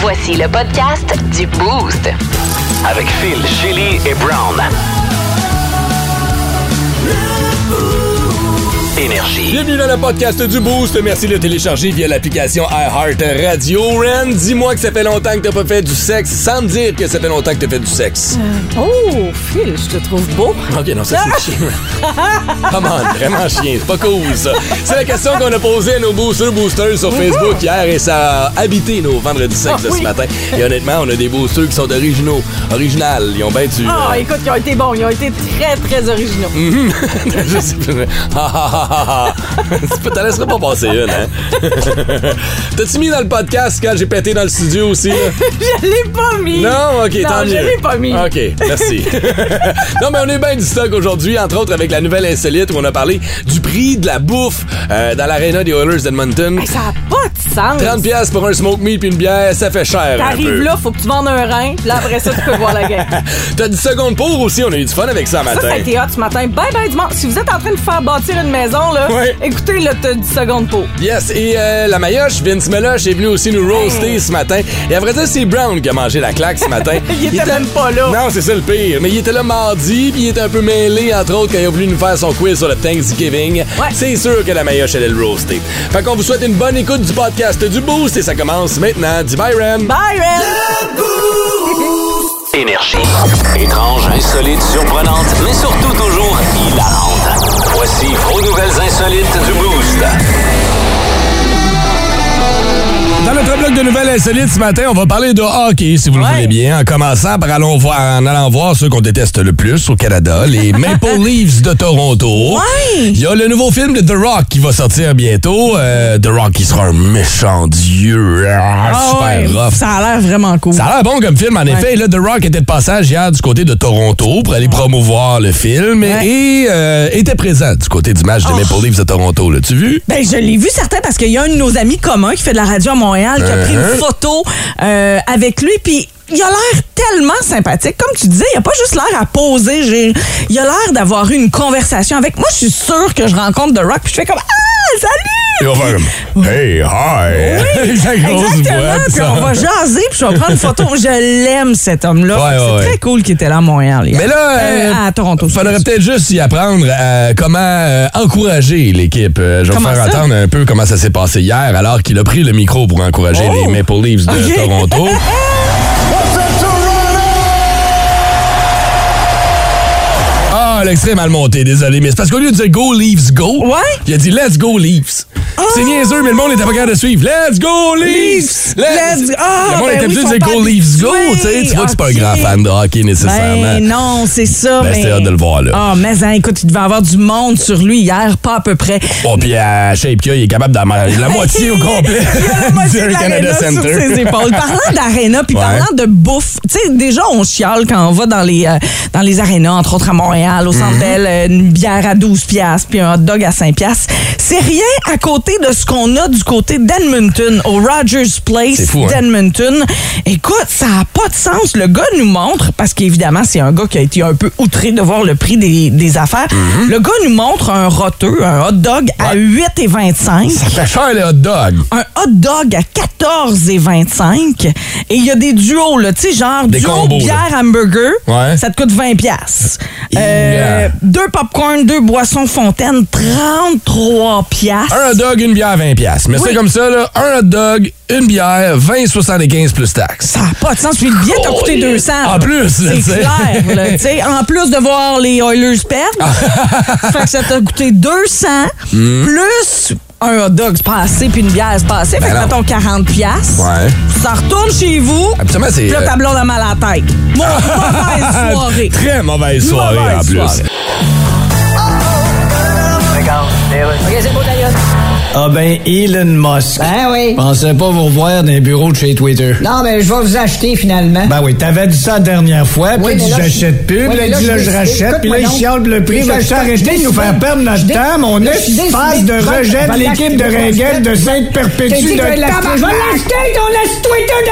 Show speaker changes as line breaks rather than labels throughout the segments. Voici le podcast du Boost.
Avec Phil, Chili et Brown. Énergie.
Bienvenue dans le podcast du Boost. Merci de le télécharger via l'application iHeart Radio. Ren, dis-moi que ça fait longtemps que t'as pas fait du sexe sans me dire que ça fait longtemps que t'as fait du sexe.
Oh, Phil, je te trouve beau.
Ok, non, ça c'est chien. Come on, vraiment chien, c'est pas cool ça. C'est la question qu'on a posée à nos boosters, boosters sur Facebook hier et ça a habité nos vendredis sexe de ce matin. Et honnêtement, on a des boosters qui sont originaux, originales. Ils ont bien du.
Ah,
euh,
écoute, ils ont été bons. Ils ont été très, très originaux.
Mm. Je sais pas. Ah, ah, ah, ah. Tu t'en laisserais pas passer une, hein? T'as-tu mis dans le podcast quand j'ai pété dans le studio aussi, là?
Je l'ai pas mis.
Non, ok, tant
je
mieux.
l'ai pas mis.
Ok, merci. non, mais on est bien du stock aujourd'hui, entre autres avec la nouvelle insolite où on a parlé du prix de la bouffe euh, dans l'aréna des Oilers d'Edmonton.
Hey, ça n'a pas de sens.
30 pièces pour un smoke meat puis une bière, ça fait cher. un
T'arrives
peu.
là, faut que tu vendes un rein. Puis là, après ça, tu peux voir la game.
T'as 10 secondes pour aussi, on a eu du fun avec ça
Ça,
matin.
ça a été hot ce matin. Ben, ben, dimanche. Si vous êtes en train de faire bâtir une maison, là,
Ouais.
écoutez, là, t'as 10 secondes pour.
Yes, et euh, la maillotche, Vince Meloche est venu aussi nous roaster ce matin. Et après ça, c'est Brown qui a mangé la claque ce matin.
Il était même pas là.
Non, c'est ça le pire. Mais il était là mardi, puis il était un peu mêlé, entre autres, quand il a voulu nous faire son quiz sur le Thanksgiving. C'est sûr que la maillotche allait le roaster. Fait qu'on vous souhaite une bonne écoute du podcast du Boost, et ça commence maintenant. Dis bye, Ren.
Bye, Ren.
Énergie. Étrange, insolite, surprenante, mais surtout toujours hilarante. Voici vos nouvelles insolites du Boost.
Dans notre bloc de nouvelles insolites ce matin, on va parler de hockey, si vous le voulez bien, en commençant par allons voir, en allant voir ceux qu'on déteste le plus au Canada, les Maple Leafs de Toronto. Il y a le nouveau film de The Rock qui va sortir bientôt. Euh, The Rock, qui sera un méchant dieu. Ah, super rough.
Ça a l'air vraiment cool.
Ça a l'air bon comme film, en effet. Et Là, The Rock était de passage hier du côté de Toronto pour aller promouvoir le film
Ouais. Oh.
et euh, était présent du côté du match des Maple Leafs de Toronto. L'as-tu vu?
Ben, je l'ai vu certain parce qu'il y a un de nos amis communs qui fait de la radio à Montréal qui a pris
Uh-huh.
une photo euh, avec lui, puis il a l'air tellement sympathique. Comme tu disais, il a pas juste l'air à poser. j'ai- Il a l'air d'avoir eu une conversation avec moi. Je suis sûre que je rencontre The Rock, puis je fais comme Ah, salut!
Et on va faire comme, Hey, hi!
Oui,
Sa grosse
exactement.
voix, pis
Puis
ça.
on va jaser, puis je vais prendre une photo. Je l'aime, cet homme-là.
Ouais, ouais,
C'est
ouais.
très cool qu'il était là à Montréal. hier.
Mais là,
Euh,
euh,
à Toronto.
faudrait peut-être juste y apprendre euh, comment euh, encourager l'équipe. Euh, je vais vous
Comment
faire
ça?
entendre un peu comment ça s'est passé hier, alors qu'il a pris le micro pour encourager
Oh!
les Maple Leafs de
Ok.
Toronto. Ah, l'extrait est mal monté, désolé, mais c'est parce qu'au lieu de dire Go Leafs Go,
Ouais. Oh!
il a dit Let's Go Leafs. C'est niaiseux, mais le monde était pas capable de suivre. Let's Go Leafs!
Let's- Ah,
le monde
ben
était
oui,
obligé de
ils
dire
sont
Go
pas
Leafs Go,
habitués.
tu sais. Tu vois que c'est pas un
Ok.
grand fan de hockey nécessairement.
Ben non, c'est ça.
Ben,
mais-
c'était hâte de le voir, là.
Ah, mais hein, écoute, il devait avoir du monde sur lui hier, pas à peu près.
Bon, Oh, puis à Shape Kia, il est capable d'en manger la moitié au complet
Ben, Il y a la moitié
du
de
Canada
l'aréna sur ses
Center.
épaules. Parlant d'aréna, puis
Ouais.
parlant de bouffe, tu sais, déjà, on chiale quand on va dans les, euh, dans les arénas, entre autres à Montréal, au
Mhm.
Centre Bell, euh, une bière à 12 piastres, puis un hot dog à 5 piastres. C'est rien à côté de ce qu'on a du côté d'Edmonton, au Rogers Place
C'est fou, hein?
d'Edmonton. Écoute, ça n'a pas de sens. Le gars nous montre, parce qu'évidemment, c'est un gars qui a été un peu outré de voir le prix des, des affaires.
Mhm.
Le gars nous montre un roteux, un hot dog à 8,25
Ça fait cher, le hot dog.
un hot dog à 14 et 25 et il y a des duos là, tu sais genre
Des
duo
combos,
bière hamburger,
Ouais.
ça te coûte 20 pièces.
Yeah.
deux popcorn, deux boissons fontaines, 33 pièces.
Un hot dog, une bière, 20 piastres. Mais c'est
Oui.
comme ça, là. Un hot dog, une bière, 20, 75 plus taxes.
Ça n'a pas de sens. Puis le billet t'a coûté
Oh,
200.
en plus, là,
c'est
tu sais.
clair. là, tu sais. en plus de voir les Oilers perdre, fait que ça t'a coûté 200
Hmm.
plus un hot dog c'est pas assez, puis une bière c'est pas assez. Fait
Ben
que
non.
mettons 40 pièces.
Ouais.
Ça retourne chez vous.
Habituellement, c'est,
Puis là,
euh,
ta blonde a mal à la tête. Mon mauvaise soirée.
Très mauvaise soirée,
Mauvaise
en plus.
soirée.
Ah ben, Elon Musk.
Ben oui.
Pensais pas vous revoir dans les bureaux de chez Twitter.
Non, mais je vais vous acheter finalement.
Ben oui, t'avais dit ça la dernière fois,
Oui,
puis il
mais
dit
là, je-
j'achète plus,
Oui,
puis là,
mais
il
là,
dit
je
là, je
décide.
rachète, puis là, il
Écoute-moi
chiale
donc.
le prix.
Je-
Va
je-
s'arrêter de nous
je-
faire perdre notre
je-
temps, mon
je-
esti
je-
de
je-
face de
je- je-
rejette
je- je-
l'équipe de
je- je-
ringuettes de
T'as
Sainte-Perpétue
dit
de
que je vais l'acheter, je vais l'acheter, ton laisse Twitter de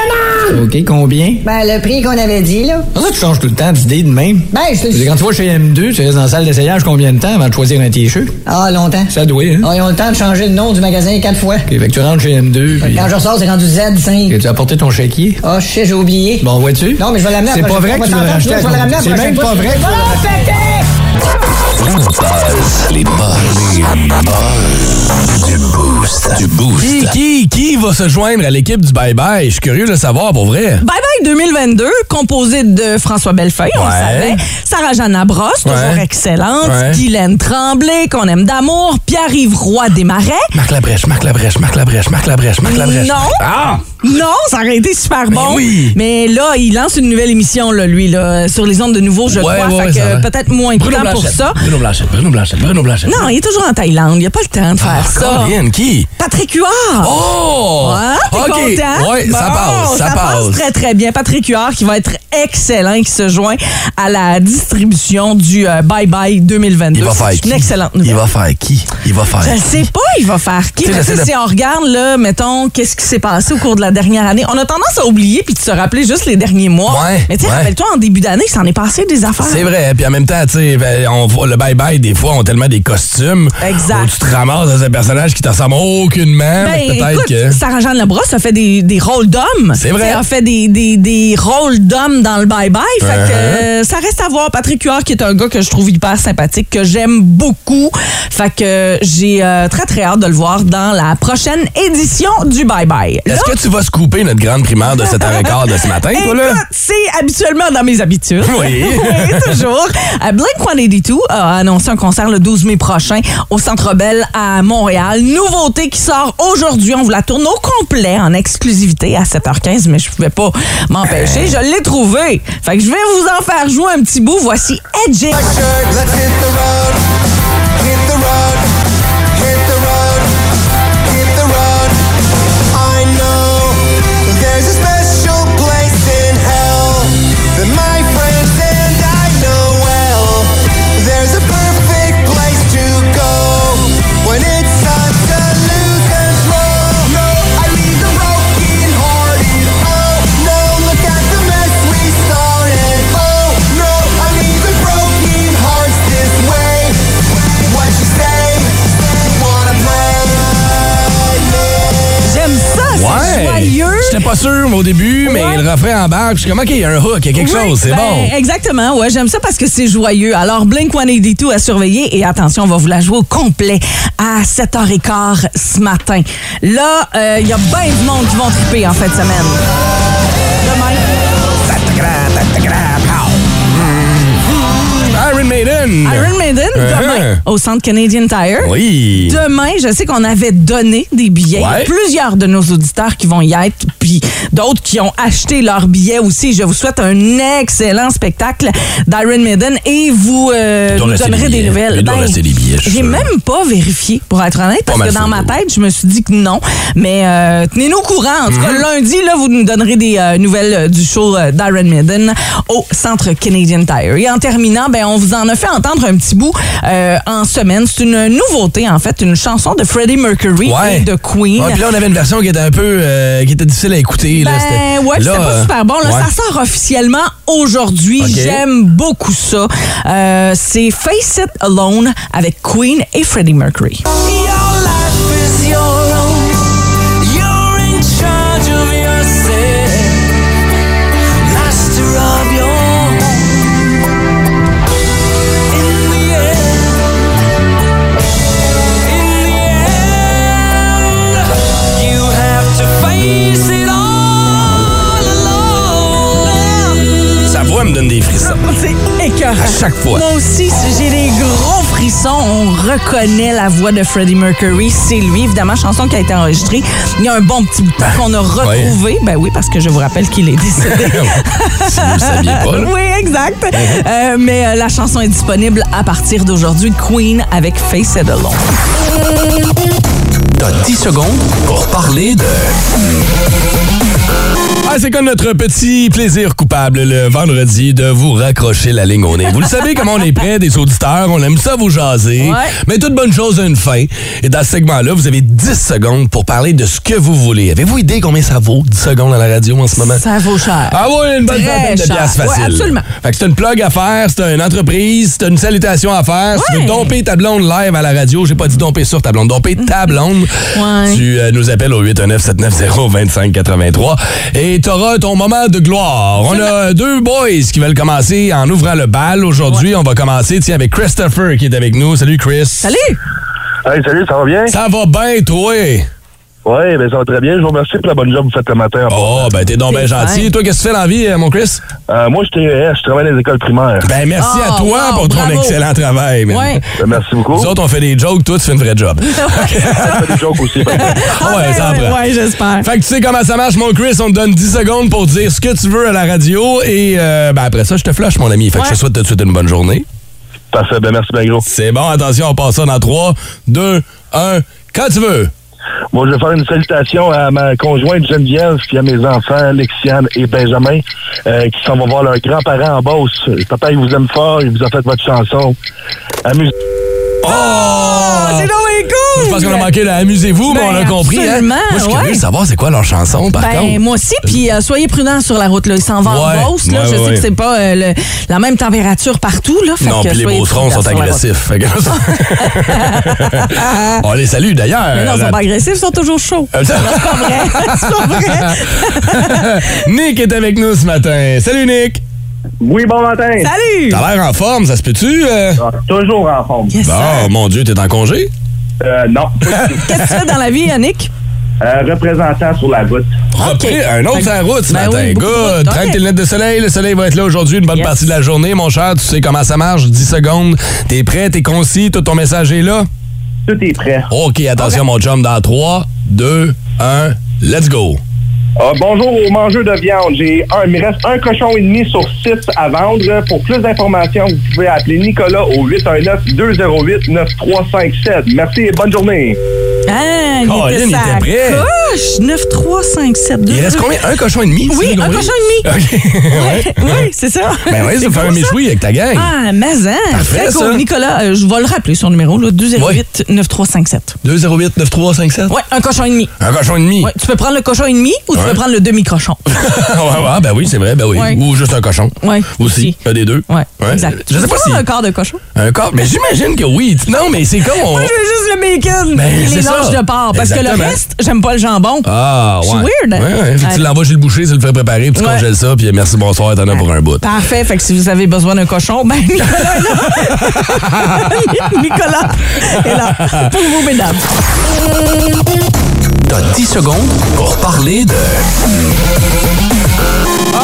merde!
OK, combien?
Ben, le prix qu'on avait dit, là.
Pour ça, tu changes tout le temps d'idée de même.
Ben, je te
Parce que
le
Quand tu vas chez M2, tu restes dans la salle d'essayage combien de temps avant de choisir un t-shirt?
Ah, longtemps.
Ça doit, hein?
Ah, ils ont le temps de changer le nom du magasin quatre fois.
OK, fait que tu rentres chez M2, puis
Quand je ressors, c'est rendu
que
Z5.
tu as apporté ton chéquier.
Ah, je sais, j'ai oublié.
Bon, vois-tu?
Non, mais je vais l'amener à la
C'est pas
prochaine
vrai que
fois.
tu vas le
Moi,
racheter.
je vais l'amener à la
C'est
prochaine
même
fois.
pas vrai.
Va donc péter!
Les buzz. Les buzz. Du boost. Du boost.
Qui, qui, qui va se joindre à l'équipe du Bye Bye? Je suis curieux de savoir, pour vrai.
Bye Bye 2022, composé de François Bellefeuille, on le
Ouais.
savait, Sarah-Jeanne Labrosse, toujours
Ouais.
excellente,
Ouais.
Guylaine Tremblay, qu'on aime d'amour, Pierre-Yves Roy Desmarais.
Marc la brèche, Marc la brèche, Marc la brèche, Marc la brèche, Marc la brèche.
Non.
Ah! Ben
Non, ça aurait été super bon.
oui.
Mais là, il lance une nouvelle émission, là, lui, là, sur les ondes de nouveau, je
Ouais,
crois.
ouais,
fait
ouais, ça
que
va.
peut-être moins de
Bruno
temps pour
Blanchet.
ça.
Bruno Blanchet, Bruno Blanchet, Bruno Blanchet.
Non, il est toujours en Thaïlande. Il n'y a pas le temps de faire
Ah,
ça.
Colin, qui?
Patrick Huard!
Oh!
Ah, t'es
OK.
content?
Ouais, ça
Bon,
passe, ça, passe.
très, très bien. Patrick Huard qui va être excellent, qui se joint à la distribution du euh, Bye Bye 2022.
Il va faire
C'est
qui?
une excellente
Il
nouvelle.
va faire qui? Il va faire
Je
qui?
sais pas, il va faire qui.
Tu sais,
mais tu
j'essaie
sais,
de-
Si on regarde, là, mettons, qu'est-ce qui s'est passé au cours de la dernière année, on a tendance à oublier puis de se rappeler juste les derniers mois.
Ouais,
Mais tu sais,
ouais.
rappelle-toi, en début d'année, il s'en est passé des affaires.
C'est vrai, puis en même temps, tu sais, ben, on voit- le bye-bye, des fois, ont tellement des costumes.
Exact.
Où tu te ramasses dans un personnage qui te ressemble aucunement.
Ben,
mais peut-être
écoute,
que.
Sarah-Jeanne Labrosse a fait des, des rôles d'hommes.
C'est vrai.
Elle a fait des, des, des rôles d'hommes dans le bye-bye. Fait que
Uh-huh.
euh, ça reste à voir. Patrick Huard, qui est un gars que je trouve hyper sympathique, que j'aime beaucoup. Fait que euh, j'ai euh, très, très hâte de le voir dans la prochaine édition du bye-bye. Là,
Est-ce que tu vas se couper notre grande primaire de 7h15 de ce matin, toi, là?
Écoute, c'est habituellement dans mes habitudes.
Oui.
toujours. Euh, Blink-182 a annoncé un concert le 12 mai prochain au Centre Bell à Montréal. Nouveauté qui sort aujourd'hui. On vous la tourne au complet en exclusivité à 7h15, mais je pouvais pas m'empêcher. Je l'ai trouvé. Fait que je vais vous en faire jouer un petit bout. Voici Edgy.
Oh,
J'aime ça, c'est joyeux.
J'étais pas sûr moi, au début, mais
Ouais.
le refrain embarque. Je suis comme, OK, il y a un hook, il y a quelque
Oui,
chose, c'est
ben,
bon.
Exactement, ouais, j'aime ça parce que c'est joyeux. Alors, Blink-182 à surveiller et attention, on va vous la jouer au complet à 7h15 ce matin. Là, euh, il y a bien du monde qui vont triper en fin de semaine. Demain,
Iron Maiden.
Iron Maiden,
Uh-huh.
demain, au Centre Canadian Tire.
Oui.
Demain, je sais qu'on avait donné des billets.
Ouais.
Il y a Plusieurs de nos auditeurs qui vont y être, puis d'autres qui ont acheté leurs billets aussi. Je vous souhaite un excellent spectacle d'Iron Maiden et vous euh,
Il doit
nous
rester
donnerez
des
des
billets.
nouvelles.
Il doit
Ben,
rester des billets, je suis
J'ai
sûr.
même pas vérifié, pour être honnête, parce
mal
que
sûr
dans ma
que oui.
tête, je me suis dit que non. Mais euh, tenez-nous au courant. En tout cas,
Mhm.
lundi, là, vous nous donnerez des euh, nouvelles euh, du show euh, d'Iron Maiden au Centre Canadian Tire. Et en terminant, ben, on vous en a fait entendre un petit bout euh, en semaine. C'est une nouveauté, en fait, une chanson de Freddie Mercury
Ouais.
et de Queen.
Ouais, puis là, on avait une version qui était un peu. euh, qui était difficile à écouter. là,
Ben, ouais, puis c'était pas
euh,
super bon. Là,
ouais.
Ça sort officiellement aujourd'hui.
Ok.
J'aime beaucoup ça. Euh, c'est Face It Alone avec Queen et Freddie Mercury.
Sa voix me donne des frissons.
C'est écœurant.
À chaque fois.
Moi aussi, j'ai des gros frissons. On reconnaît la voix de Freddie Mercury. C'est lui, évidemment, chanson qui a été enregistrée il y a un bon petit bout de temps qu'on a retrouvé. Ben oui, parce que je vous rappelle qu'il est décédé.
si vous le saviez pas, là.
Oui, exact. Euh, mais euh, la chanson est disponible à partir d'aujourd'hui. Queen avec Face It Alone.
T'as 10 secondes pour parler de...
Ah, c'est comme notre petit plaisir coupable le vendredi de vous raccrocher la ligne au nez. Vous le savez comment on est près des auditeurs, on aime ça vous jaser.
Ouais.
Mais toute bonne chose a une fin. Et dans ce segment-là, vous avez 10 secondes pour parler de ce que vous voulez. Avez-vous idée combien ça vaut 10 secondes à la radio en ce moment?
Ça vaut cher.
Ah oui, une bonne
Très
centaine de
cher.
piastres
Ouais,
facile.
absolument.
Fait que c'est une plug à faire, c'est une entreprise, c'est une salutation à faire. Si tu veux
Ouais.
domper ta blonde live à la radio, j'ai pas dit domper sur ta blonde, domper ta blonde.
Ouais.
Tu euh, nous appelles au 819-790-2583 et t'auras ton moment de gloire. On a deux boys qui veulent commencer en ouvrant le bal aujourd'hui. On va commencer, tiens, avec Christopher qui est avec nous. Salut, Chris.
Salut!
Hey, salut, ça va bien?
Ça va bien, toi?
Oui, ben ça va très bien. Je vous remercie pour la bonne job que vous faites le matin.
Oh, ben t'es donc bien
C'est
gentil.
fin.
Toi, qu'est-ce que tu fais dans la vie, euh, mon Chris?
Euh, moi, je suis TES, je travaille dans les écoles primaires.
Ben merci à
Oh,
toi
wow,
pour ton
bravo.
excellent travail. man.
Ouais.
Ben, merci beaucoup.
Nous autres, on fait des jokes, toi, tu fais une vraie job.
on fait des jokes aussi.
Ah ouais, ça en prend.
Ouais, j'espère.
Fait que tu sais comment ça marche, mon Chris. On te donne 10 secondes pour dire ce que tu veux à la radio. Et euh, ben, après ça, je te flush, mon ami. Fait que je te souhaite tout de suite une bonne journée.
Parfait, ben merci bien gros.
C'est bon, attention, on passe ça dans 3, 2, 1, quand tu veux.
Moi, je vais faire une salutation à ma conjointe Geneviève, puis à mes enfants, Lexiane et Benjamin, euh, qui s'en vont voir leurs grands-parents en Beauce. Papa, il vous aime fort, il vous a fait votre chanson. Amusez-vous.
Oh!
Ah, C'est donc cool!
Je pense qu'on a manqué le Amusez-vous, mais
Ben,
on a compris. Hein?
absolument,
Moi, je suis curieux
ouais.
de savoir c'est quoi leur chanson, par
Ben,
contre.
moi aussi, puis euh, soyez prudents sur la route. Là. Ils s'en vont
Ouais,
en Beauce. Là.
ouais,
je
ouais.
sais que c'est pas euh, le- la même température partout. Là, fait
non,
que
puis les
soyez
beaucerons
prudents
sont
sur la route.
agressifs. Fait que- on les salue, d'ailleurs.
Mais non, ils sont pas agressifs, ils sont toujours chauds.
Euh, ça-
C'est pas vrai.
Nick est avec nous ce matin. Salut, Nick.
Oui, bon matin. Ah,
Salut!
T'as l'air en forme, ça se peut-tu? euh?
toujours en forme.
Yes, sir.
Bon, mon Dieu, t'es en congé?
Euh, non. Euh,
Qu'est-ce que tu fais dans la vie, Yannick?
représentant sur la route.
Repris un autre
Fait que-
sur la route ce
Ben
matin.
oui, beaucoup de
Good.
route.
Traque
Ok.
tes lunettes de soleil. Le soleil va être là aujourd'hui une bonne
Yes.
partie de la journée, mon cher. Tu sais comment ça marche. 10 secondes. T'es prêt, t'es concis, tout ton message est là.
Tout est prêt.
OK, attention, mon chum, dans 3, 2, 1, let's go.
Ah, bonjour aux mangeurs de viande. J'ai un, il me reste un cochon et demi sur six à vendre. Pour plus d'informations, vous pouvez appeler Nicolas au 819-208-9357. Merci et bonne journée.
Ah, il
Colin,
était
il
sa
était prêt.
coche. 9, 3, 5, 7, 2.
Il reste combien? Un cochon et demi?
Oui,
c'est
un
gros?
cochon et demi.
OK.
Ouais, Oui, c'est ça.
Ben oui, ça fait un
gros,
méchoui avec ta gang.
Ah, Mazan.
Parfait,
Fait
ça.
qu'au Nicolas, euh, je vais le rappeler, son numéro, là, 208-9357.
208-9357?
Ouais, un cochon et demi.
Un cochon et demi?
Ouais, tu peux prendre le cochon et demi ou tu peux prendre le demi-cochon.
Ah, ouais, ouais, ben oui, c'est vrai, ben oui.
Ouais.
Ou juste un cochon.
Ouais,
Aussi,
aussi.
un des deux.
Ouais, exact.
Je sais
Tu
pas
peux
si...
prendre un corps de cochon.
Un corps, mais j'imagine que oui. Non, mais c'est comme on...
Moi, je veux juste le bacon
Ben,
et
c'est
les
ça.
langes de porc. Parce que le
Exactement.
reste, j'aime pas le jambon.
Ah, ouais.
C'est weird, hein?
Ouais, ouais. Fait que tu
Ouais.
l'envoies chez le boucher, tu le fais préparer, puis tu
Ouais.
congèles ça, puis merci, bonsoir, t'en as pour un bout.
Parfait. Fait que si vous avez besoin d'un cochon, ben Nicolas est là. Nicolas est là pour vous, mesdames.
T'as 10 secondes pour parler de...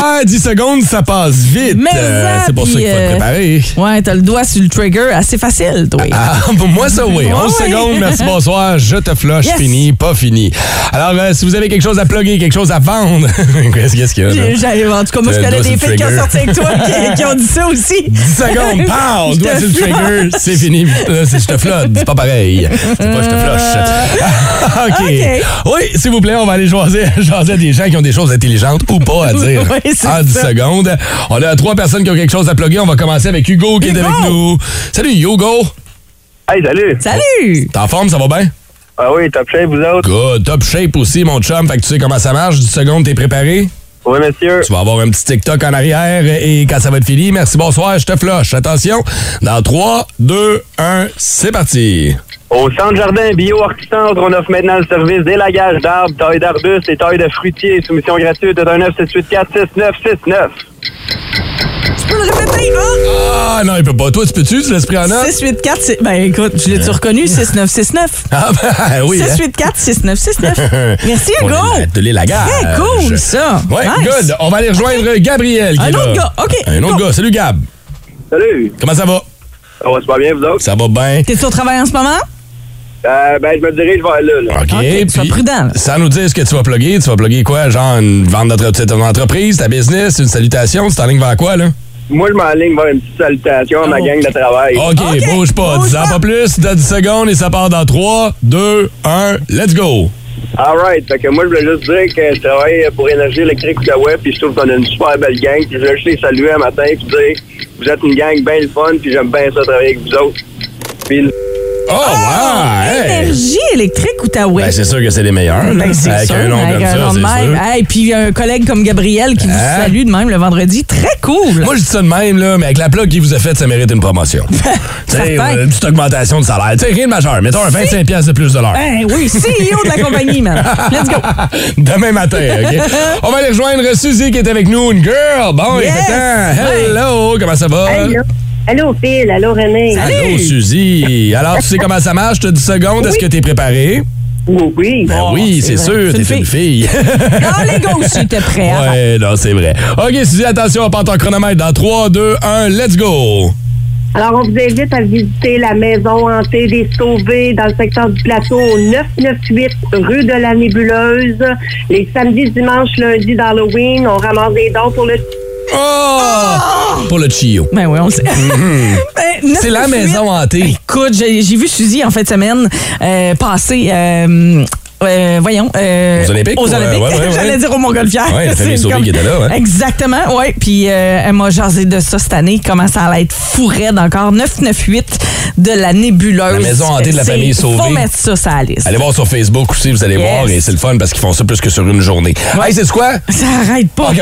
Ah, 10 secondes, ça passe vite.
Mais
Euh,
ça,
c'est pour ça
puis,
qu'il faut le
euh,
préparer.
Ouais, t'as le doigt sur le trigger. Assez facile, toi.
Ah, pour moi, ça, oui.
Ouais,
11
ouais.
secondes, merci, bonsoir. Je te flush,
Yes.
fini, pas fini. Alors, euh, si vous avez quelque chose à plugger, quelque chose à vendre, qu'est-ce qu'est-ce qu'il y a? là?
J'ai- j'ai- en tout cas, moi, je
ah, Le
connais
doigt
des
sur
filles
le
qui ont
trigger.
sorti avec toi qui, qui ont dit ça aussi.
10 secondes, pow,
Je
doigt
te
sur le trigger, c'est fini. Là, c'est je te flotte, c'est pas pareil. C'est pas je te
Euh,
flush. OK. Oui, s'il vous plaît, on va aller jaser, jaser à des gens qui ont des choses intelligentes ou pas à dire
Oui, c'est
en 10
ça.
secondes. On a trois personnes qui ont quelque chose à plugger. On va commencer avec Hugo qui est
Hugo!
avec nous. Salut, Hugo.
Hey, salut.
Salut!
T'es en forme, ça va bien?
Ah oui, top chef, vous autres.
Good. Top shape aussi, mon chum. Fait que tu sais comment ça marche. 10 secondes, t'es préparé?
Oui, monsieur.
Tu vas avoir un petit TikTok en arrière et quand ça va être fini, merci, bonsoir, je te flush. Attention, dans 3, 2, 1, c'est parti.
Au Centre Jardin Bio Articentre, on offre maintenant le service d'élagage d'arbres, taille d'arbustes et taille de fruitiers. Soumission gratuite de 1-9-784-6969.
Tu peux le répéter, hein?
Ah non, il peut pas. Toi, tu peux-tu? Tu laisses pris en note?
684, c'est- ben écoute, je l'ai-tu reconnu? 6969.
Ah ben oui. hein?
684, 6969. Merci,
On
Hugo!
est de l'élagage.
Très cool, ça.
Ouais,
Nice.
good. On va aller rejoindre Gabriel qui
Un
est
autre
là.
gars, OK,
Un autre
go.
gars. Salut, Gab.
Salut.
Comment ça va?
Ça va super bien, vous autres?
Ça va bien.
T'es-tu au travail en ce moment?
Euh, ben, je me dirige vers là, là.
OK.
OK, sois prudent, là.
Sans nous dire ce que tu vas plugger, tu vas plugger quoi? Genre, une vente d'entre- ton entreprise, ta business, une salutation, tu t'enlignes vers quoi, là?
moi, je m'enligne vers une petite salutation à ma gang de travail.
OK, bouge pas. 10 ans pas plus, t'as 10 secondes et ça part dans 3, 2, 1, let's go.
Alright, fait que moi, je voulais juste dire que je travaille pour Énergie électrique Outaouais, puis je trouve qu'on a une super belle gang, puis je voulais juste les saluer un matin, puis dire, vous êtes une gang bien le fun, puis j'aime bien ça travailler avec vous autres. Puis,
Oh, wow! hey.
Ah, Énergie électrique Outaouais.
Ben, c'est sûr que c'est les meilleurs. là.
Ben, c'est
Avec
sûr,
un nom
avec
comme
un
ça,
nom de
c'est
même.
sûr.
Hey, puis un collègue comme Gabriel qui vous
Hein?
salue de même le vendredi. Très cool.
Moi, je dis ça de même, là, mais avec la plaque qu'il vous a faite, ça mérite une promotion. tu sais, euh,
Certain.
une petite augmentation de salaire. Tu sais, rien de majeur. Mettons un 25$ piastres de plus de l'heure.
Ben oui, CEO de la compagnie, man. Let's go.
Demain matin, OK? On va aller rejoindre Suzy qui est avec nous, une girl. Bon,
Yes.
il est temps. Hello, comment ça va?
Allô, Phil. Allô, René.
Allô, Suzy. Alors, tu sais comment ça marche? Tu as 10 secondes. Est-ce que tu es préparée?
Oui, oui.
Ben oui, c'est sûr, t'es
C'est
une
une
fille.
Ah, les gars aussi étaient prêts. avant.
ouais, non, c'est vrai. OK, Suzy, attention, on part en chronomètre dans 3, 2, 1, let's go!
Alors, on vous invite à visiter la maison hantée des Sauvés dans le secteur du plateau au 998 rue de la Nébuleuse. Les samedis, dimanches, lundis d'Halloween, on ramasse des dons pour le...
Oh! Pour le Chio.
Ben oui, on le sait.
Mm-hmm.
Ben, neuf
C'est la
minutes.
maison hantée.
Écoute, j'ai j'ai vu Suzy en fin de semaine euh, passer. euh, euh, voyons. euh,
Aux Olympiques,
Aux
ouais,
Olympiques.
ouais, ouais, ouais.
J'allais dire aux Montgolfières.
Ouais, la famille
C'est
Sauvé qui était là, ouais.
Exactement, oui. Puis euh, elle m'a jasé de ça cette année, comment ça allait être fourré encore. 998 de la nébuleuse.
La maison hantée de la
C'est-
famille Sauvé.
Faut mettre ça sur la liste.
Allez voir sur Facebook aussi, vous allez
Yes.
voir, et c'est le fun parce qu'ils font ça plus que sur une journée. Hey, c'est quoi?
Ça arrête pas.
Ok.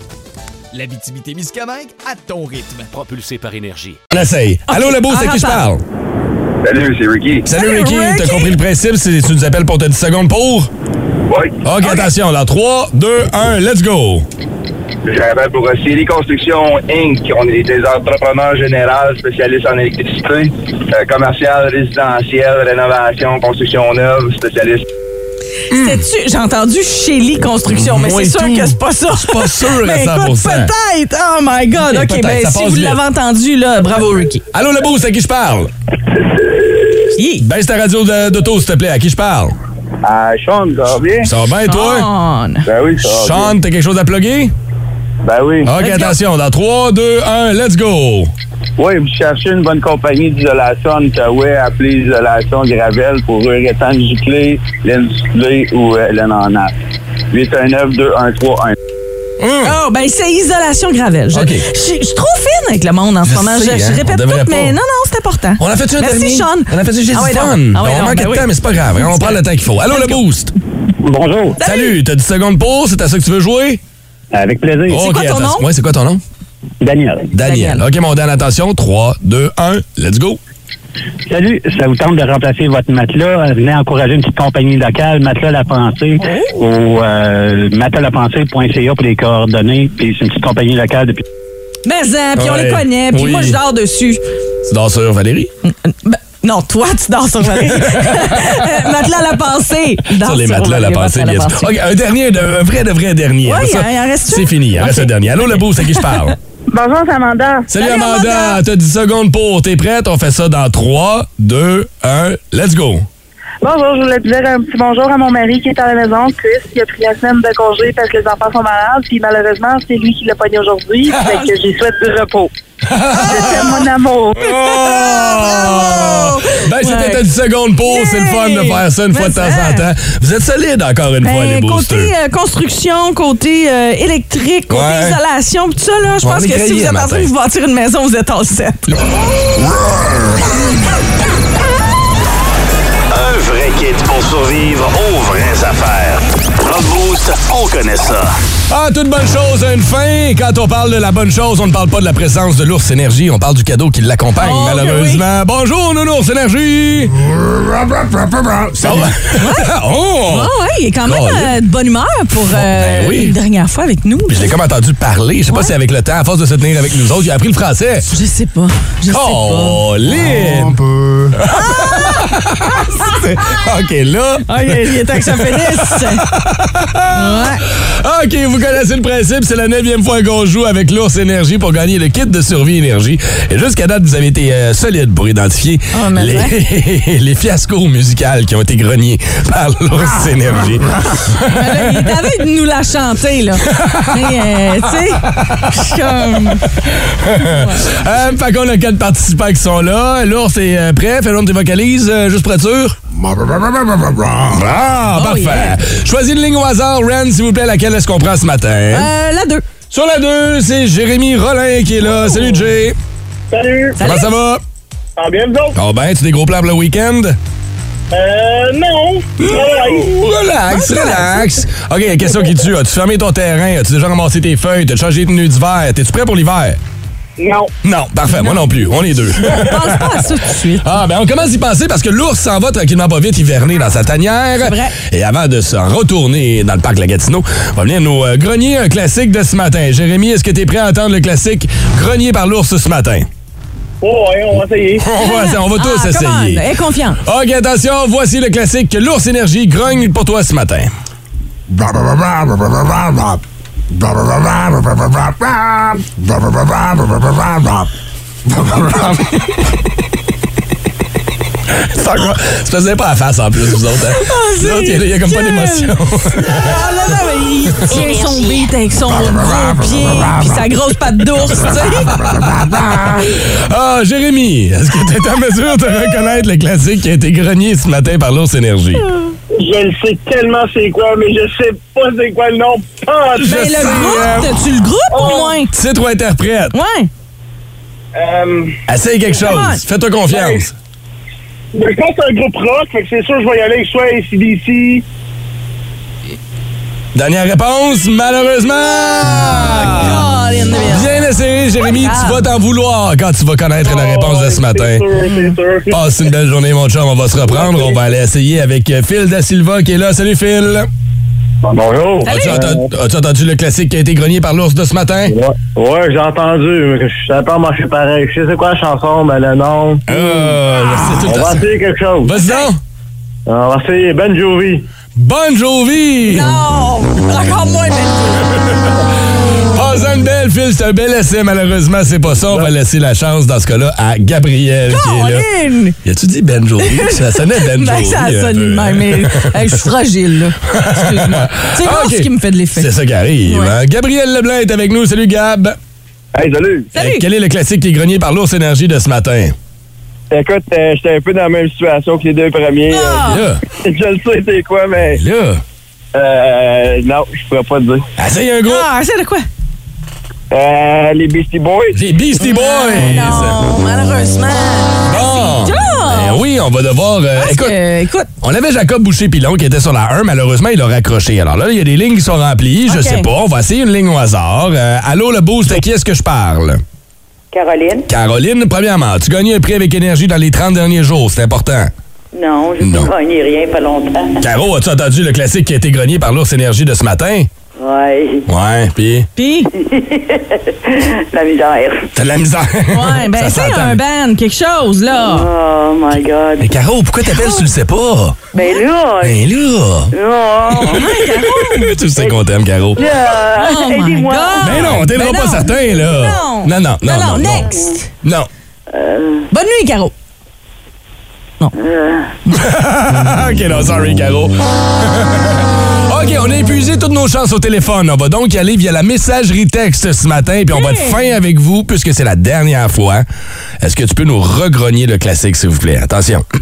L'Abitibi-Témiscamingue à ton rythme.
Propulsé par énergie.
On essaye. Allô, le beau, c'est
on
qui je parle?
repart.
Salut, c'est Ricky.
Salut,
Salut,
Ricky. T'as
Ricky.
compris le principe? c'est- Tu nous appelles pour te 10 secondes pour?
Oui.
OK, attention, dans 3, 2, 1, let's go!
J'avais pour Célie Construction Inc. On est des entrepreneurs généraux spécialistes en électricité, euh, commercial, résidentiel, rénovation, construction neuve, spécialiste.
Sais-tu, J'ai entendu Shelly Construction, mais
Moi
c'est sûr
et tout.
que c'est pas ça.
suis pas sûr à
Mais
100%.
peut-être. Oh my God.
Mais
OK,
peut-être,
ben
ça
si
passe
vous
vite.
l'avez entendu, là, bravo, Ricky.
Allô, le beau, c'est à qui je parle?
Yeah.
Baisse Ben, ta radio de- d'auto, s'il te plaît. À qui je parle?
Ah, Sean, ça va bien?
Ça va bien, toi?
On.
Ben oui, ça va
Sean, Ah. t'as quelque chose à plugger?
bien. Ben oui.
OK,
Ah, Let's go.
attention, dans 3, 2, 1, let's go!
Oui, vous cherchez une bonne compagnie d'isolation en Outaouais, appelez Isolation Gravel pour Urétan Giclé, Laine Duclé ou euh, Laine en Nappe. 819 2131
Oh, ben c'est Isolation Gravel. Je,
Hum. OK.
je- je suis trop fine avec le monde en ce
Je
moment.
sais,
je, je
hein, on
répète
devrait
tout, mais
pas.
non, non, c'est important.
On a fait ça le dernier?
Merci, Sean.
On a fait ça, j'ai
Ah
du
ouais,
fun.
donc. Ah ouais,
on
donc,
manque
ben
de
oui.
temps, mais c'est pas grave. hein, On prend le temps qu'il faut. Allô, le boost!
Bonjour,
Salut, t'as 10 secondes pour, c'est à ça que tu veux jouer?
avec plaisir.
OK,
quoi ton
attention.
nom?
Ouais, c'est quoi ton nom?
Daniel.
Daniel.
Daniel.
OK, mon Dan, attention. 3, 2, 1, let's go.
Salut, ça vous tente de remplacer votre matelas? Venez encourager une petite compagnie locale, Matelas La Pensée, au euh, matelaspensée.ca pour les coordonnées. Puis c'est une petite compagnie locale depuis.
Mais, euh, puis on
Ouais.
les connaît, puis
Oui.
moi, je dors dessus.
Tu dors sur Valérie?
Ben, non, toi, tu dors sur Valérie. Euh, matelas à la pensée. Dors
sur les matelas, la
Valérie,
pensée,
matelas à
bien
la
sûr.
pensée.
OK, un dernier, de- un vrai, de vrai dernier.
Ouais,
Après ça,
il en reste-tu?
C'est fini, il en reste un dernier. Allô, le beau, c'est à qui je parle?
Bonjour, c'est Amanda.
Salut,
Salut,
Amanda,
Amanda.
t'as 10 secondes pour. T'es prête? On fait ça dans 3, 2, 1, let's go.
Oh!
Bonjour, je voulais dire un petit bonjour à mon mari qui est à la maison, Chris, qui a pris la semaine de congé parce que les enfants sont malades. Puis malheureusement, c'est lui qui l'a pogné aujourd'hui. fait que j'y souhaite du repos. Je t'aime, mon amour.
Oh! Ben, c'était
Ouais.
à 10 secondes pour. C'est le fun de faire ça une fois de temps
Mais
en
ça.
temps. Vous êtes solides encore une fois, les
Ben,
boosters.
côté euh, construction, côté euh, électrique, côté
Ouais.
isolation, pis tout ça, là, je
On
pense
est
que si
grillés
vous êtes
le
en train
matin.
de vous bâtir une maison, vous êtes en set.
Un vrai kit pour survivre aux vraies affaires. Dans le boost, on connaît ça.
Ah, toute bonne chose a une fin. Et Quand on parle de la bonne chose, on ne parle pas de la présence de l'ours énergie, on parle du cadeau qui l'accompagne,
Oh, que
malheureusement. Bonjour, nounours énergie!
Salut.
oh!
Ah ouais, il est quand même
Colin.
euh, de bonne humeur pour euh, une dernière fois avec nous.
Puis je l'ai comme entendu parler. Je sais pas si avec le temps, à force de se tenir avec nous autres, j'ai appris le français.
Je sais pas. Je
oh, Lynn! Un peu.
Ah!
OK, là.
il est temps que ça finisse.
ouais. OK, vous connaissez le principe. C'est la neuvième fois qu'on joue avec l'ours énergie pour gagner le kit de survie énergie. Et jusqu'à date, vous avez été euh, solide pour identifier
Ah, mais
les, les fiascos musicales qui ont été grognés par l'ours énergie.
Ben, Il est à veille de nous la chanter, là. Mais, euh, tu sais, je suis comme.
Euh, fait qu'on a quatre participants qui sont là. L'ours est euh, prêt. Fais donc tes vocalises, euh, juste pour être sûr. Ah, parfait. Choisis une ligne au hasard, Ren, s'il vous plaît, laquelle est-ce qu'on prend ce matin?
Euh, la 2.
Sur la 2, c'est Jérémy Rollin qui est là. Salut, Jay.
Salut.
Comment ça va?
Ça va bien, vous autres?
Oh ben, tu des gros plans pour le week-end?
Euh, non. Ah,
Relax, relax. OK, la question qui tue. As-tu fermé ton terrain? As-tu déjà ramassé tes feuilles? T'as changé de tenue d'hiver? T'es-tu prêt pour l'hiver?
Non.
Non, parfait. Moi non plus. On est deux.
On pense pas à ça tout
de suite.
Ah, ben on commence d'y penser parce que l'ours s'en va tranquillement pas vite hiverner dans sa tanière. Et avant de s'en retourner dans le parc La Gatineau, on va venir nous euh, grogner un classique de ce matin. Jérémy, est-ce que t'es prêt à entendre le classique grogné par l'ours ce matin?
Oh, ouais, on va essayer.
On va, essayer, on va tous
Ah, come on,
essayer.
aie confiance.
OK, attention, voici le classique que l'ours énergie grogne pour toi ce matin. C'est encore- C'est parce que vous avez pas la face en plus, vous autres. hein.
c'est
Vous autres, il y a- il y a comme pas
nickel.
d'émotion.
Ah, non, non, mais il tient son beat avec son gros pied, puis sa grosse patte d'ours, tu sais.
Ah, Jérémy, est-ce que tu es en mesure de reconnaître le classique qui a été grogné ce matin par l'ours énergie?
Je le sais tellement c'est quoi, mais je sais pas c'est quoi le nom. Pas en tout.
Mais le Je groupe, sais, euh,
t'as-tu le Ben, groupe
Oh.
Titre ou interprète?
Ouais.
Euh,
Essaye quelque
Come on.
chose. Fais-toi confiance.
je pense que c'est un groupe rock, fait que c'est sûr que je vais y aller avec soit ACDC.
Dernière réponse, malheureusement! Bien essayé, Jérémy. Tu vas t'en vouloir quand tu vas connaître
Ah,
la réponse de ce matin. Passe une belle journée, mon chum. On va se reprendre. On va aller essayer avec euh, Phil Da Silva qui est là. Salut, Phil.
Bonjour.
As-tu entendu, as-tu entendu le classique qui a été grogné par l'ours de ce matin?
Ouais, j'ai entendu, mais je savais pas marcher pareil. Je sais c'est quoi la chanson, mais le nom.
Ah,
on va essayer quelque chose.
Vas-y donc.
On va essayer Ben Jovi.
Bonne Jovi!
Non! Encore moins,
Pas Ah, une belle, Phil. C'est un bel essai. Malheureusement, c'est pas ça. On va laisser la chance dans ce cas-là à Gabriel qui est là.
Colin!
Y a-tu dit Ben Jovi? Ça sonnait Ben
Ben,
Jovi.
ça
un
sonne
peu. hein.
de même, mais hey, je suis fragile, là. Excuse-moi. C'est
euh. Ah,
l'ours
ok.
qui me fait de l'effet.
C'est ça qui arrive. hein. Gabriel Leblanc est avec nous. Salut, Gab.
Hey, salut.
Euh, quel est le classique qui est grogné par l'ours énergie de ce matin?
Écoute, euh, j'étais un peu dans la même situation que les deux premiers.
Ah!
Euh, je le sais c'est quoi, mais...
Là!
Euh, non, je pourrais pas te dire.
Essaye un gros!
Ah, essaye de quoi?
Euh, les Beastie Boys.
Les Beastie Boys!
Ah. non, malheureusement.
Bon!
C'est dur.
Ben oui, on va devoir. euh, écoute, on avait Jacob Boucher-Pilon qui était sur la 1. Malheureusement, il a raccroché. Alors là, il y a des lignes qui sont remplies. Je
Ok.
sais pas. On va essayer une ligne au hasard. Euh, allô, le boost, à qui est-ce que je parle?
Caroline?
Caroline, premièrement, tu gagnes un prix avec énergie dans les 30 derniers jours. C'est important.
Non, je n'ai gagné rien pas longtemps.
Caro, as-tu entendu le classique qui a été grogné par l'ours énergie de ce matin?
Ouais.
Ouais, puis.
Puis?
La misère.
T'as de la misère.
Ouais, ben,
Ça
essaye
s'entend.
un band, quelque chose, là.
Oh
Ah,
my God.
Mais Caro, pourquoi t'appelles si tu le sais pas?
Ben là.
Ben là.
Non.
tu sais qu'on t'aime, Caro.
Là,
Oh my
Aidez-moi.
God.
Mais non, t'es
Ben
pas
non.
certain, là.
Non.
Non, non, non.
non,
non, non.
next.
Non.
Bonne nuit, Caro.
Ah, ok, non, sorry, Caro. ok, on a épuisé toutes nos chances au téléphone. On va donc y aller via la messagerie texte ce matin, puis on va être fin avec vous, puisque c'est la dernière fois. Est-ce que tu peux nous regrogner le classique, s'il vous plaît? Attention.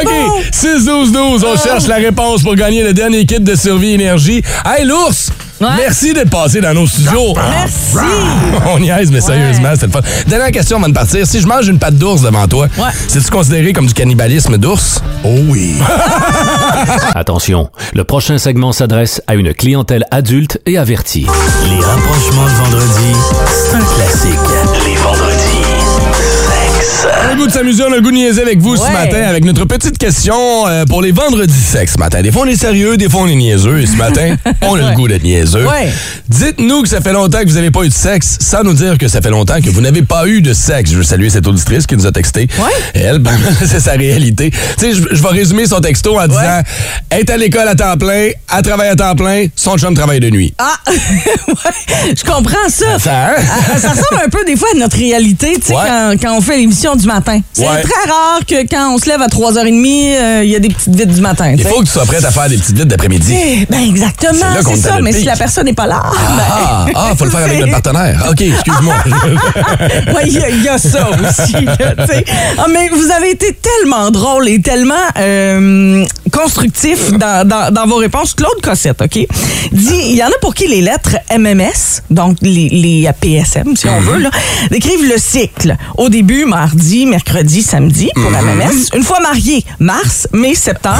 OK, 6-12-12, on cherche la réponse pour gagner le dernier kit de survie énergie. Hey, l'ours, Merci d'être passé dans nos studios.
Merci.
On niaise, mais sérieusement, c'était le fun. Dernière question avant de partir. Si je mange une patte d'ours devant toi, c'est-tu considéré comme du cannibalisme d'ours? Oh oui.
Attention, le prochain segment s'adresse à une clientèle adulte et avertie.
Les rapprochements de vendredi, c'est un classique. Les vendredis, sexe.
On a le goût de s'amuser, on a le goût de niaiser avec vous ce matin avec notre petite question euh, pour les vendredis sexe ce matin. Des fois, on est sérieux, des fois, on est niaiseux. Et ce matin, on a
Ouais.
le goût d'être niaiseux.
Ouais.
Dites-nous que ça fait longtemps que vous n'avez pas eu de sexe sans nous dire que ça fait longtemps que vous n'avez pas eu de sexe. Je veux saluer cette auditrice qui nous a texté. Elle, ben, c'est sa réalité. Tu sais, je je vais résumer son texto en disant être à l'école à temps plein, à travailler à temps plein, son chum travaille de nuit.
Ah, ouais, je comprends ça.
Ça, hein?
Ah, ça ressemble un peu des fois à notre réalité, tu sais, quand, quand on fait l'émission du matin. C'est
Ouais.
très rare que quand on se lève à 3h30, euh, il y a des petites vites du matin.
Il faut que tu sois prête à faire des petites vites d'après-midi.
Eh, Ben
C'est
exactement,
là qu'on
c'est
t'a
ça,
le
mais
pic.
si la personne n'est pas là,
Ah, ah, faut le faire avec notre partenaire. OK, excuse-moi.
Ouais, il y, a- il y a ça aussi. là, tu sais. Ah, mais vous avez été tellement drôle et tellement euh, constructif dans, dans- dans vos réponses. Claude Cossette, OK? Dit il y en a pour qui les lettres MMS, donc les, les PSM, si on veut, là, décrivent le cycle. Au début, mardi, mercredi, samedi, pour la
Mhm.
MMS. Une fois marié, mars, mai, septembre.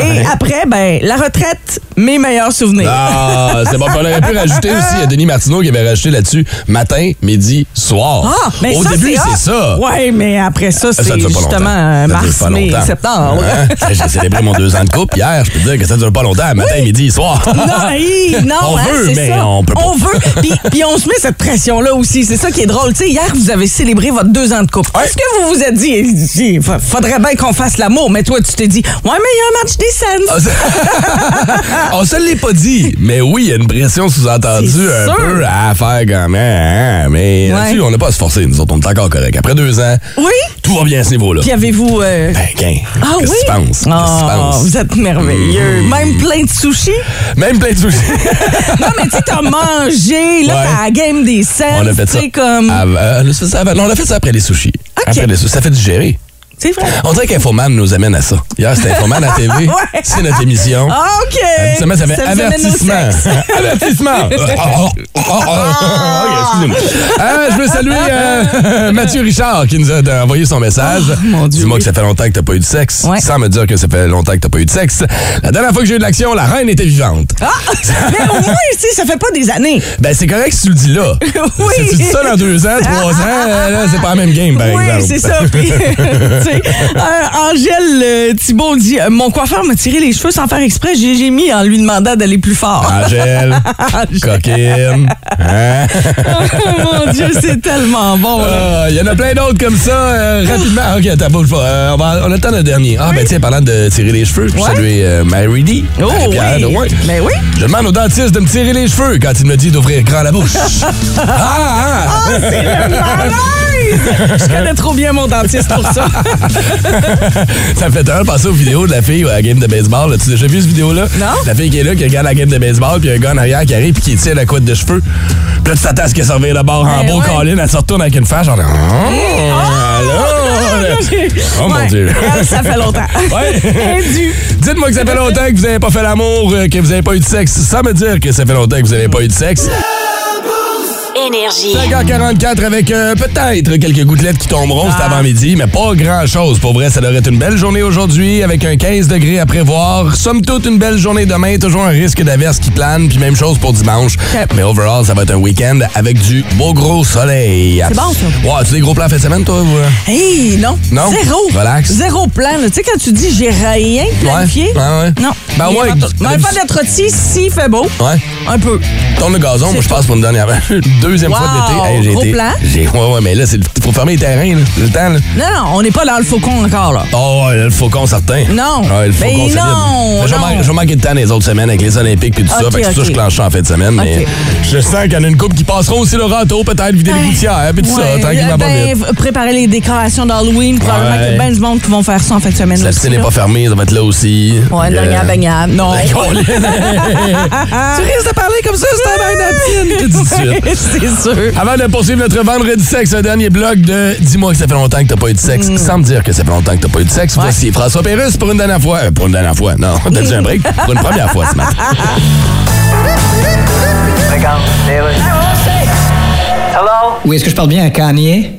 et après, ben, la retraite, mes meilleurs souvenirs.
Ah, c'est bon. On aurait pu rajouter aussi à Denis Martineau qui avait rajouté là-dessus matin, midi, soir.
Ah, mais
Au
ça,
début,
hot.
c'est ça.
Ouais, mais après ça,
Ça,
c'est
ça dure pas
justement
longtemps.
euh,
Ça dure
mars,
pas
mai,
longtemps.
septembre.
Hein? J'ai célébré mon deux ans de couple hier. Je peux te dire que ça dure pas longtemps, matin, midi, soir.
Non, hi, non,
on
hein,
veut,
c'est
mais
ça.
on peut pas.
On veut, puis, puis on se met cette pression-là aussi. C'est ça qui est drôle. Tu sais, hier, vous avez célébré votre deux ans de couple. Est-ce que vous vous êtes dit, eh, si, fa- faudrait bien qu'on fasse l'amour, mais toi, tu t'es dit, ouais, mais il y a un match des scènes.
On se l'est pas dit, mais oui, il y a une pression sous-entendue
C'est
un
sûr.
peu à faire comme hein, hein, mais
Ouais.
là-dessus, on n'a pas à se forcer, nous autres, on est encore correct. Après deux ans,
oui?
tout va bien à ce niveau-là.
Puis avez-vous. euh,
Euh. Ben, qu'un.
ah oui?
Qu'est-ce que tu penses? Qu'est-ce que tu
Ah,
penses?
vous êtes merveilleux.
Mm.
Même plein de sushis.
Même plein de soucis.
non, mais tu sais, t'as mangé, là,
Ouais.
t'as la game des scènes.
on a fait
tu sais,
ça.
comme.
Avant- euh, ça, ça avant- non, on a fait ça après les sushis. Après les sushis. Ça fait digérer.
C'est vrai.
On dirait qu'Infoman nous amène à ça. Hier, c'était Infoman à TV.
Ouais.
C'est notre émission.
Ah, OK.
Habituellement, ça fait
Ça vous amène au
avertissement.
sexe.
avertissement. Oh, oh, oh, oh, oh, ok, excusez-moi. Ah, je veux saluer euh, Mathieu Richard qui nous a euh, envoyé son message.
Ah,
Dis-moi que ça fait longtemps que t'as pas eu de sexe. Sans me dire que ça fait longtemps que t'as pas eu de sexe. La dernière fois que j'ai eu de l'action, la reine était vivante.
Ah! Mais au moins, tu sais, ça fait pas des années.
Ben, c'est correct si tu le dis là.
Oui.
Si tu dis ça dans deux ans, trois ans, euh, là, c'est pas la même game, par
Oui,
Ben, exemple.
c'est ça. Puis, tu sais, euh, Angèle euh, Thibault dit euh, Mon coiffeur m'a tiré les cheveux sans faire exprès. J'ai j'ai mis en lui demandant d'aller plus fort.
Angèle, coquine. hein?
Oh Mon Dieu, c'est tellement bon. là.
Ah, Il y en a plein d'autres comme ça. euh, rapidement. OK, attends, bouge pas. Euh, on, va, on attend le dernier. Ah, ben tiens, parlant de tirer les cheveux, je
Ouais.
salue euh, Mary D.
Oh,
Marie-Pierre
oui.
Drouin.
Ben oui.
Je demande au dentiste de me tirer les cheveux quand il me dit d'ouvrir grand la bouche.
ah,
Ah, c'est le malaise! Je connais trop bien mon dentiste pour ça.
Ça me fait un penser aux vidéos de la fille à la game de baseball. là. Tu as déjà vu cette vidéo-là? Non. La fille qui est là, qui regarde la game de baseball, puis un gars en arrière qui arrive, puis qui tire la couette de cheveux. Puis là, tu t'attends à ce qu'elle surveille le bord en beau colline, elle se retourne avec une fâche, genre. Eh Ah, là, là. Oh mon
Ouais.
Dieu.
Elle, ça fait longtemps.
Ouais.
Indu.
Dites-moi que ça fait longtemps que vous n'avez pas fait l'amour, euh, que vous n'avez pas eu de sexe, sans me dire que ça fait longtemps que vous n'avez pas eu de sexe.
Énergie.
5h44 avec euh, peut-être quelques gouttelettes qui tomberont
Ah.
cet avant-midi, mais pas grand-chose. Pour vrai, ça devrait être une belle journée aujourd'hui avec un 15 degrés à prévoir. Somme toute, une belle journée demain, toujours un risque d'averse qui plane, puis même chose pour dimanche. Mais overall, ça va être un week-end avec du beau gros soleil.
C'est bon, ça.
Ouais, tu des gros plans fait semaine, toi? ou, euh?
Hey, non.
Non?
Zéro.
Relax.
Zéro plan. là. Tu sais, quand tu dis j'ai rien planifié.
Ouais, ouais.
Non.
Ben, ouais.
Même pas d'être rôti s'il fait beau.
Ouais.
Un peu.
Tourne le gazon, moi je passe pour une dernière deuxième fois
Wow,
de l'été.
gros
j'ai été-
plan.
j'ai- Ouais, ouais, mais là, c'est le- faut fermer les terrains, là. le temps. Là.
Non, non, on n'est pas dans le faucon encore, là.
Oh, ouais, le faucon, certain.
Non.
Ouais, le
Ben
faucon, solide.
non,
Mais Je vais
non.
manquer- je vais manquer de temps les autres semaines avec les Olympiques puis tout ça.
Ok,
Fait que c'est ça
ok.
je clenche ça en fin de semaine. Mais
Ok.
je sens qu'il y en a une couple qui passeront aussi le râteau, peut-être vider les gouttières hein, puis tout
Ben, Ouais,
ça, tranquillement
euh,
pas
ben,
vite.
v- Préparer les décorations d'Halloween. Probablement
Ouais.
qu'il y a bien du monde qui vont faire ben, ça en fin de semaine.
La
aussi,
piscine n'est
là.
pas fermée, ça va être là aussi.
Ouais, une
Euh,
dernière baignade. Non.
Tu
risques
de parler comme ça, c'est un bain d'aptine. Tout de suite.
c'est sûr.
Avant de poursuivre notre vendredi sexe, un dernier blog de Dis-moi que ça fait longtemps que t'as pas eu de sexe, sans me dire que ça fait longtemps que t'as pas eu de sexe. Voici François Pérusse pour une dernière fois. Euh, pour une dernière fois, non, on a déjà un break. Pour une première fois ce matin.
Hello?
Oui, est-ce que je parle bien à Kanye?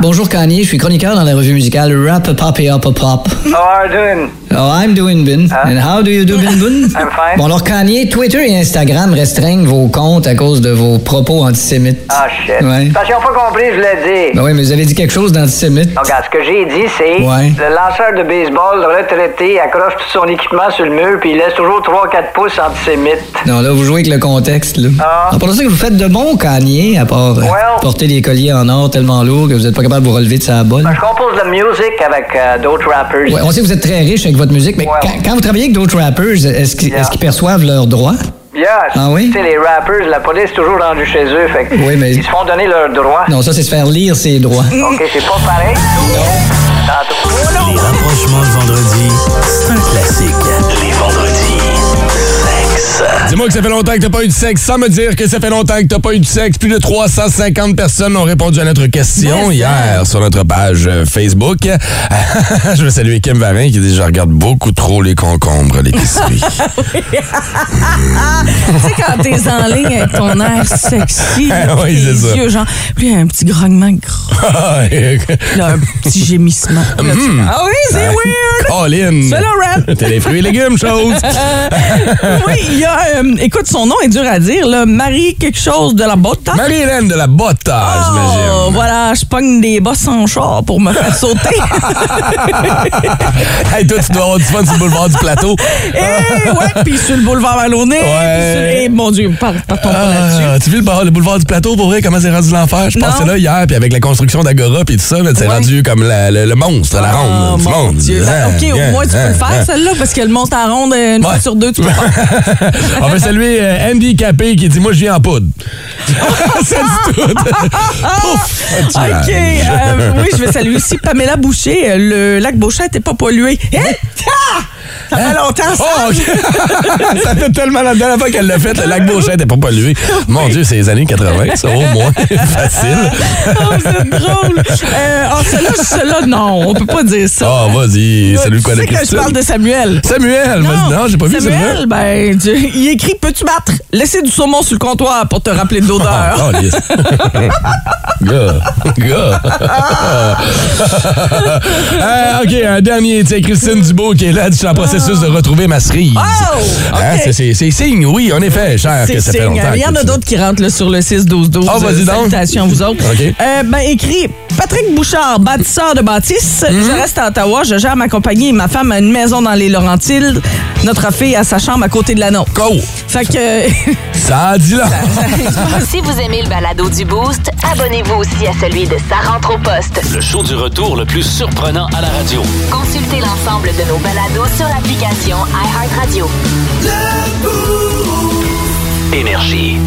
Bonjour Kanye, je suis chroniqueur dans la revue musicale Rap Pop et Hop Hop Hop.
How are you doing?
Oh, I'm doing bin. And how do you do bin bin?
I'm fine.
Bon, alors Kanye, Twitter et Instagram restreignent vos comptes à cause de vos propos antisémites.
Ah, shit.
Ouais.
Parce qu'ils n'ont pas compris, je l'ai dit.
Ben oui, mais vous avez dit quelque chose d'antisémite.
Donc, regarde, ce que j'ai dit, c'est
Ouais.
le lanceur de baseball retraité accroche tout son équipement sur le mur puis il laisse toujours 3-4 pouces antisémites.
Non, là, vous jouez avec le contexte, là.
Ah.
En ça que vous faites de bons Kanye, à part euh, porter des colliers en or tellement lourds que vous n'êtes pas capable de vous relever de sa bolle.
Ben, Je compose de la musique avec euh, d'autres rappers.
Ouais, on sait que vous êtes très riche avec votre musique, mais quand, quand vous travaillez avec d'autres rappers, est-ce qu'ils est-ce qu'ils perçoivent leurs droits?
Yes.
Ah oui?
Tu sais, les rappers, la police est toujours rendue chez eux. Fait que
Oui, mais-
Ils se font donner leurs droits.
Non, ça, c'est se faire lire ses droits.
OK, c'est pas pareil.
Les rapprochements de vendredi, c'est un classique. Les vendredis, sexe.
Dis-moi que ça fait longtemps que t'as pas eu de sexe, sans me dire que ça fait longtemps que t'as pas eu de sexe. Plus de 350 personnes ont répondu à notre question hier sur notre page euh, Facebook. Je veux saluer Kim Varin qui dit « Je regarde beaucoup trop les concombres à l'épicerie.
Oui. tu sais, quand t'es en ligne avec ton air sexy, là,
Ah oui,
pis
c'est
tes
ça.
yeux, genre, puis un petit grognement gros, » là, un petit gémissement. Là, tu-
Mm-hmm.
Ah oui, c'est weird!
Oh, Colin!
C'est le rap.
T'as les fruits et légumes, chose!
Euh, oui, il y a. euh, écoute, son nom est dur à dire, là. Marie quelque chose de la botte.
Marie-Hélène de la botte, ah, j'imagine.
Ah, Oh, voilà, je pogne des bosses en char pour me faire sauter.
hey, toi, tu dois avoir du fun sur le boulevard du plateau.
Eh ouais, puis sur le boulevard Maloney. puis sur- Eh, mon Dieu, par- partons pas là-dessus.
Ah, tu vis le, bar- le boulevard du plateau pour vrai comment c'est rendu l'enfer? Je passais
Non.
là hier, puis avec la construction d'Agora puis tout ça, là, c'est rendu comme la- le, le monstre, la ronde. du
Oh, mon
monde.
Dieu. Ben,
Ah,
OK,
ah,
au moins, tu peux
ah,
le faire,
ah.
celle-là, parce qu'elle monte en ronde euh, une fois sur deux, tu peux pas.
On va saluer euh, Andy Capé qui dit Moi, je viens en poudre. ça dit tout. Pouf! Un petit linge.
OK. euh, oui, je vais saluer aussi Pamela Boucher. Euh, Le lac Beauchet n'était pas pollué. Hein? Ah! Ça fait longtemps, ça.
Oh, ok. ça fait tellement la dernière fois qu'elle l'a fait, le lac Beauchet n'était pas pollué. Mon Dieu, c'est les années 80, ça, au moins. Facile.
Oh, vous êtes drôle. Euh, oh, celle-là, celle-là, non, on peut pas dire ça.
Ah, vas-y, salut quoi
tu
la
sais que je
Christine.
parle de Samuel.
Samuel, vas-y, non, j'ai pas vu
Samuel,
Samuel.
ben, Dieu, il écrit Peux-tu battre Laissez du saumon sur le comptoir pour te rappeler de l'odeur.
Oh, yes. Gars, gars. Ah, OK, un dernier. Tiens, Christine Dubo qui est là, dit, je suis en processus de retrouver ma cerise.
Oh,
Hein,
Ah. OK.
c'est- c'est c'est signe, oui, en effet, cher,
C'est
Ah, que ça fait
signe.
longtemps.
Il y en a d'autres qui rentrent là, sur le 6-12-12.
Ah, vas-y
Euh,
donc.
Salutations, vous autres.
OK.
Euh, ben, écrit Patrick Bouchard, bâtisseur de bâtisse.
Mhm.
Je reste à Ottawa. Je gère ma compagnie et ma femme a une maison dans les Laurentides. Notre fille a sa chambre à côté de la nôtre.
Go!
Fait que. euh,
Ça a dit là.
Ah, si vous aimez le balado du Boost, abonnez-vous aussi à celui de Sa rentre au poste.
Le show du retour le plus surprenant à la radio.
Consultez l'ensemble de nos balados sur l'application iHeartRadio.
Énergie.